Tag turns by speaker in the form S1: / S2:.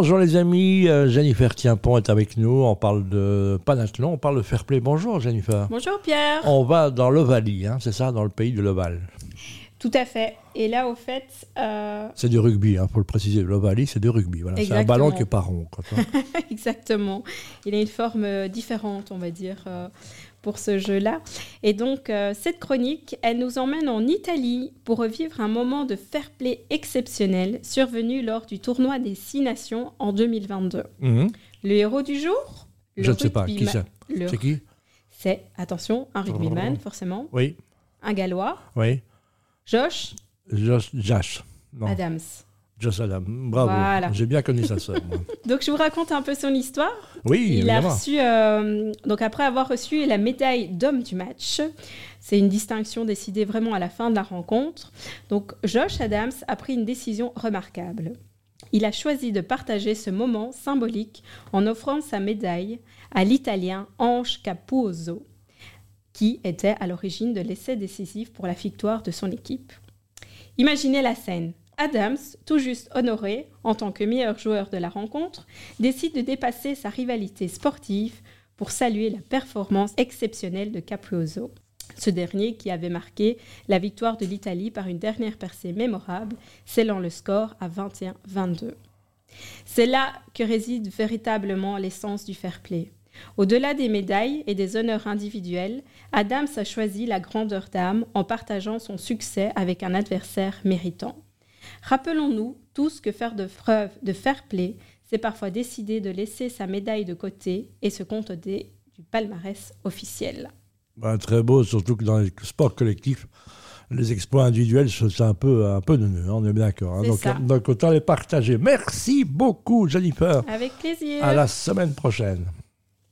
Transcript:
S1: Bonjour les amis, euh, Jennifer Timpon est avec nous, on parle de panathlon, on parle de fair play. Bonjour Jennifer.
S2: Bonjour Pierre.
S1: On va dans l'Ovalie, hein, c'est ça, dans le pays de l'Oval.
S2: Tout à fait. Et là, au fait, euh,
S1: C'est du rugby, il faut le préciser, l'Ovalie c'est du rugby. Voilà. C'est un
S2: Exactement.
S1: ballon qui est pas rond. quoi, hein.
S2: exactement, il a une forme euh, différente, on va dire, euh, pour ce jeu-là. Et donc, euh, cette chronique, elle nous emmène en Italie pour revivre un moment de fair play exceptionnel survenu lors du tournoi des Six Nations en 2022.
S1: Mhm.
S2: Le héros du jour Le
S1: Je ne sais pas, qui
S2: rugbyman.
S1: c'est
S2: Le-
S1: C'est qui Oh.
S2: C'est, attention, un rugbyman, forcément,
S1: Oui,
S2: un gallois,
S1: oui.
S2: Josh
S1: Josh, Josh. Non,
S2: Adams.
S1: Josh Adam. Bravo.
S2: Voilà.
S1: J'ai bien connu sa sœur. moi.
S2: Donc, je vous raconte un peu son histoire.
S1: Oui,
S2: Il a
S1: évidemment.
S2: reçu, euh, donc après avoir reçu la médaille d'homme du match, c'est une distinction décidée vraiment à la fin de la rencontre. Donc Josh Adams a pris une décision remarquable. Il a choisi de partager ce moment symbolique en offrant sa médaille à l'Italien Ange Capuzzo, qui était à l'origine de l'essai décisif pour la victoire de son équipe. Imaginez la scène. Adams, tout juste honoré en tant que meilleur joueur de la rencontre, décide de dépasser sa rivalité sportive pour saluer la performance exceptionnelle de Capriozzo. Ce dernier, qui avait marqué la victoire de l'Italie par une dernière percée mémorable, scellant le score à 21-22. C'est là que réside véritablement l'essence du fair play. Au-delà des médailles et des honneurs individuels, Adams a choisi la grandeur d'âme en partageant son succès avec un adversaire méritant. Rappelons-nous tous que faire de preuve de fair play, c'est parfois décider de laisser sa médaille de côté et se contenter du palmarès officiel.
S1: Bah, très beau, surtout que dans les sports collectifs, les exploits individuels, c'est un peu, un peu de nœud, hein, on est bien d'accord. hein.
S2: C'est
S1: Donc,
S2: ça.
S1: donc autant les partager. Merci beaucoup, Jennifer.
S2: Avec plaisir.
S1: À la semaine prochaine.